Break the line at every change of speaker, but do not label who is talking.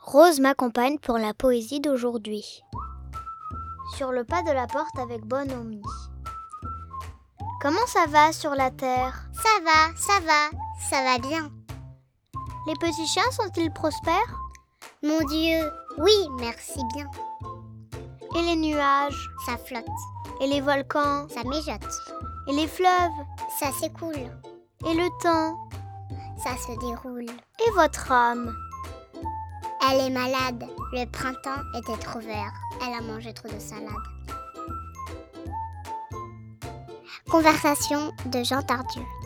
Rose m'accompagne pour la poésie d'aujourd'hui. Sur le pas de la porte avec bonhomie. Comment ça va sur la terre
Ça va, ça va, ça va bien.
Les petits chiens sont-ils prospères
Mon Dieu, oui, merci bien.
Et les nuages
Ça flotte,
Et les volcans
ça mijote,
Et les fleuves
ça s'écoule,
Et le temps
ça se déroule.
Et votre âme
Elle est malade. Le printemps était trop vert. Elle a mangé trop de salade. Conversation de Jean Tardieu.